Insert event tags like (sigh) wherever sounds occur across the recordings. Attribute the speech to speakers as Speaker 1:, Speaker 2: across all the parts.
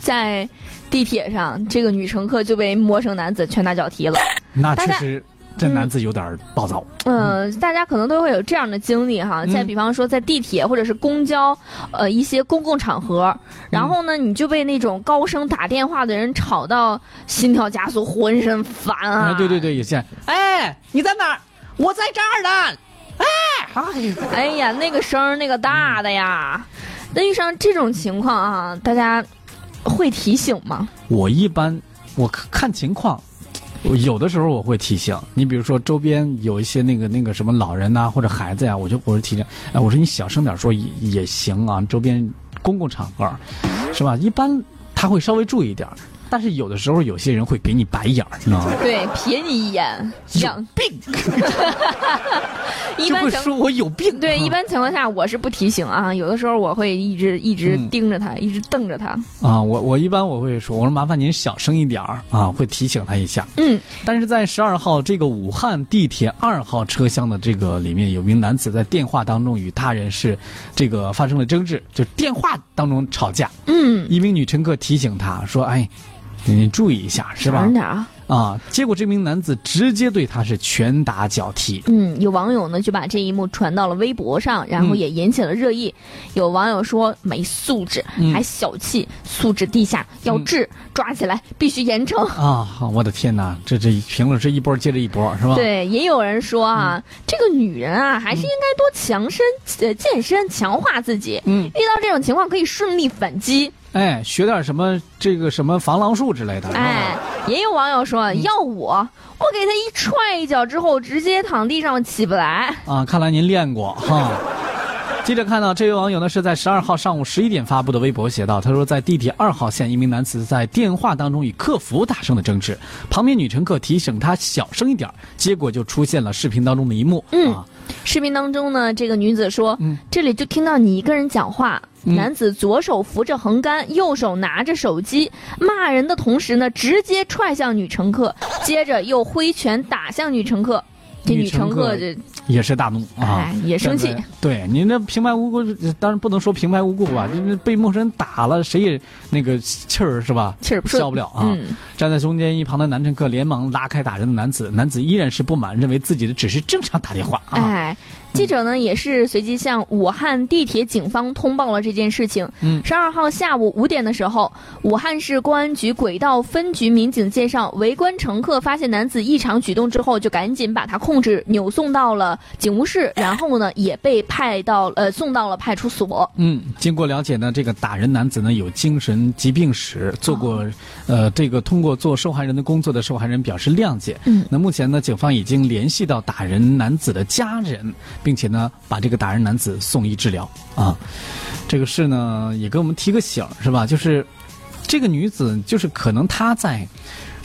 Speaker 1: 在地铁上，这个女乘客就被陌生男子拳打脚踢
Speaker 2: (laughs)
Speaker 1: 了。
Speaker 2: 那
Speaker 1: 大
Speaker 2: 确
Speaker 1: 家
Speaker 2: 实这
Speaker 1: 嗯
Speaker 2: 男子有点儿暴躁。
Speaker 1: 嗯、大家可能都会有这样的经历哈，
Speaker 2: 嗯
Speaker 1: 再比方说在地铁或者是公交，呃，一些公共场合，
Speaker 2: 嗯
Speaker 1: 然后呢，你就被那种高声打电话的人吵到心跳加速，浑身烦啊！
Speaker 2: 哎，对对，对，也是。哎，你在哪儿？我在这儿呢。哎，哎
Speaker 1: 哎呀，那个声儿那个大的呀，那遇上这种情况啊，大家会提醒吗？
Speaker 2: 我一般我看看情况。我有的时候我会提醒你，比如说周边有一些那个那个什么老人呐、或者孩子呀、我就我就提醒，哎，我说你小声点说也也行啊，周边公共场合，是吧？一般他会稍微注意点儿，但是有的时候有些人会给你白眼儿，你知道吗？
Speaker 1: 对，瞥你一眼，
Speaker 2: 有
Speaker 1: 两
Speaker 2: 病，
Speaker 1: 一
Speaker 2: 就
Speaker 1: 般
Speaker 2: 会
Speaker 1: 情
Speaker 2: 说我有病。
Speaker 1: 对
Speaker 2: 嗯
Speaker 1: 一般情况下我是不提醒啊，有的时候我会一直一直
Speaker 2: 嗯
Speaker 1: 盯着他，一直瞪着他。
Speaker 2: 啊，我我一般我会说，我说麻烦您小声一点儿啊，会提醒他一下。
Speaker 1: 嗯，
Speaker 2: 但是在十二号这个武汉地铁二号车厢的这个里面，有名男子在电话当中与他人是这个发生了争执，就电话当中吵架。
Speaker 1: 嗯，
Speaker 2: 一名女乘客提醒他说：“哎，你注意一下，是
Speaker 1: 小
Speaker 2: 吧
Speaker 1: 声？”点啊。
Speaker 2: 啊，结果这名男子直接对他是拳打脚踢。
Speaker 1: 嗯，有网友呢就把这一幕传到了微博上，然后
Speaker 2: 嗯
Speaker 1: 也引起了热议。有网友说没素质，
Speaker 2: 嗯
Speaker 1: 还小气，素质低下，要治，抓起来必须严惩。
Speaker 2: 啊，我的天哪！这这评论是一波接着一波，是吧？
Speaker 1: (laughs) 对，也有人说啊，
Speaker 2: 嗯
Speaker 1: 这个女人啊，还是应该多强身、呃健身，强化自己。
Speaker 2: 嗯
Speaker 1: 遇到这种情况可以顺利反击。
Speaker 2: 哎，学点什么这个什么防狼术之类的。是吧
Speaker 1: 哎，也有网友说，要我，我给他一踹一脚之后，直接躺地上起不来。
Speaker 2: 啊，看来您练过哈。接着看到这位网友呢是在十二号上午十一点发布的微博写道：“他说在地铁二号线，一名男子在电话当中与客服大声的争执，旁边女乘客提醒他小声一点儿，结果就出现了视频当中的一幕。
Speaker 1: 嗯
Speaker 2: 啊，
Speaker 1: 视频当中呢，这个女子说：“
Speaker 2: 嗯
Speaker 1: 这里就听到你一个人讲话。
Speaker 2: 嗯
Speaker 1: 男子左手扶着横杆，右手拿着手机，骂人的同时呢，直接踹向女乘客，接着又挥拳打向女乘客。这
Speaker 2: 女
Speaker 1: 女乘
Speaker 2: 乘客
Speaker 1: 客这，
Speaker 2: 也是大怒啊
Speaker 1: 哎，，也生气
Speaker 2: 站。在。对，您这平白无故，当然不能说平白无故吧，就是被陌生人打了，谁也那个气儿是吧？
Speaker 1: 气儿不顺
Speaker 2: 消不了啊。
Speaker 1: 嗯，
Speaker 2: 站在中间一旁的男乘客连忙拉开打人的男子，男子依然是不满，认为自己的只是正常打电话啊。
Speaker 1: 哎，记者呢也是随即向武汉地铁警方通报了这件事情。
Speaker 2: 嗯
Speaker 1: 十二号下午五点的时候，武汉市公安局轨道分局民警介绍，围观乘客发现男子异常举动之后，就赶紧把他控制扭送到了警务室，然后呢也被派到呃送到了派出所。
Speaker 2: 嗯，经过了解呢，这个打人男子呢有精神疾病史，做过，
Speaker 1: 哦
Speaker 2: 呃，这个通过做受害人的工作的受害人表示谅解。
Speaker 1: 嗯
Speaker 2: 那目前呢，警方已经联系到打人男子的家人，并且呢，把这个打人男子送医治疗啊。这个事呢，也给我们提个醒儿，是吧？就是这个女子，就是可能她在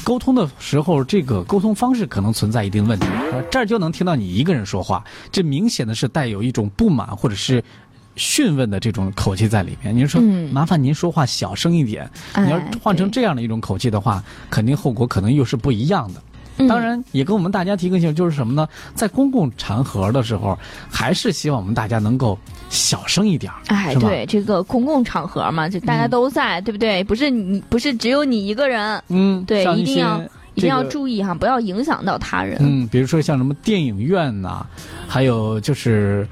Speaker 2: 沟通的时候，这个沟通方式可能存在一定问题，呃这儿就能听到你一个人说话，这明显的是带有一种不满或者是。询问的这种口气在里面，您说、
Speaker 1: 嗯
Speaker 2: 麻烦您说话小声一点。你要
Speaker 1: 哎
Speaker 2: 换成
Speaker 1: 对
Speaker 2: 这样的一种口气的话，肯定后果可能又是不一样的。
Speaker 1: 嗯
Speaker 2: 当然，也跟我们大家提个醒，就是什么呢？在公共场合的时候，还是希望我们大家能够小声一点儿，
Speaker 1: 哎，
Speaker 2: 是吧？
Speaker 1: 对这个公共场合嘛，就大家
Speaker 2: 嗯
Speaker 1: 都在，对不对？不是你，不是只有你一个人，
Speaker 2: 嗯，
Speaker 1: 对
Speaker 2: 像
Speaker 1: 一定
Speaker 2: 些
Speaker 1: 要一定要
Speaker 2: 这个
Speaker 1: 注意哈，不要影响到他人。
Speaker 2: 嗯，比如说像什么电影院呐、还有就是，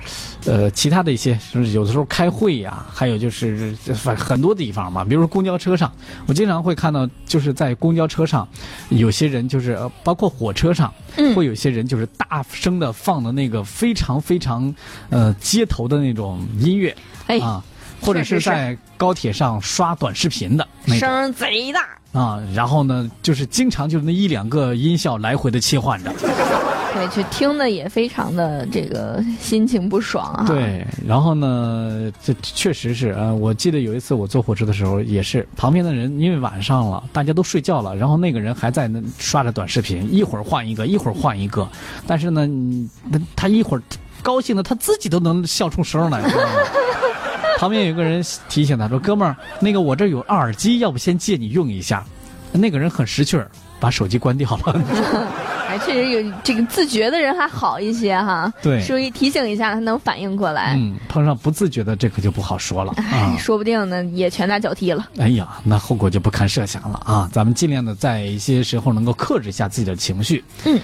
Speaker 2: 呃，其他的一些，就是有的时候开会呀、还有就是反很多地方嘛，比如说公交车上，我经常会看到，就是在公交车上，有些人就是呃包括火车上，
Speaker 1: 嗯
Speaker 2: 会有些人就是大声的放的那个非常非常，呃，街头的那种音乐
Speaker 1: 哎，
Speaker 2: 啊，或者
Speaker 1: 是
Speaker 2: 是
Speaker 1: 是是
Speaker 2: 在高铁上刷短视频的那
Speaker 1: 声
Speaker 2: 种
Speaker 1: 儿贼大，
Speaker 2: 啊，然后呢，就是经常就是那一两个音效来回的切换着。
Speaker 1: 对，去听的也非常的这个心情不爽啊。，
Speaker 2: 对，然后呢，这确实是啊、呃我记得有一次我坐火车的时候，也是旁边的人，因为晚上了，大家都睡觉了，然后那个人还在那刷着短视频，一会儿换一个，一会儿换一个，但是呢，你他他一会儿高兴的他自己都能笑出声来。你知道吗旁边有一个人提醒他说：“哥们儿，那个我这有耳机，要不先借你用一下？”那个人很识趣儿，把手机关掉了。
Speaker 1: 哎，确实有这个自觉的人还好一些哈。
Speaker 2: 对
Speaker 1: 所以提醒一下，他能反应过来。
Speaker 2: 嗯，碰上不自觉的这可就不好说了啊
Speaker 1: 哎，。说不定呢也拳打脚踢了。
Speaker 2: 哎呀，那后果就不堪设想了啊！咱们尽量的在一些时候能够克制一下自己的情绪。
Speaker 1: 嗯。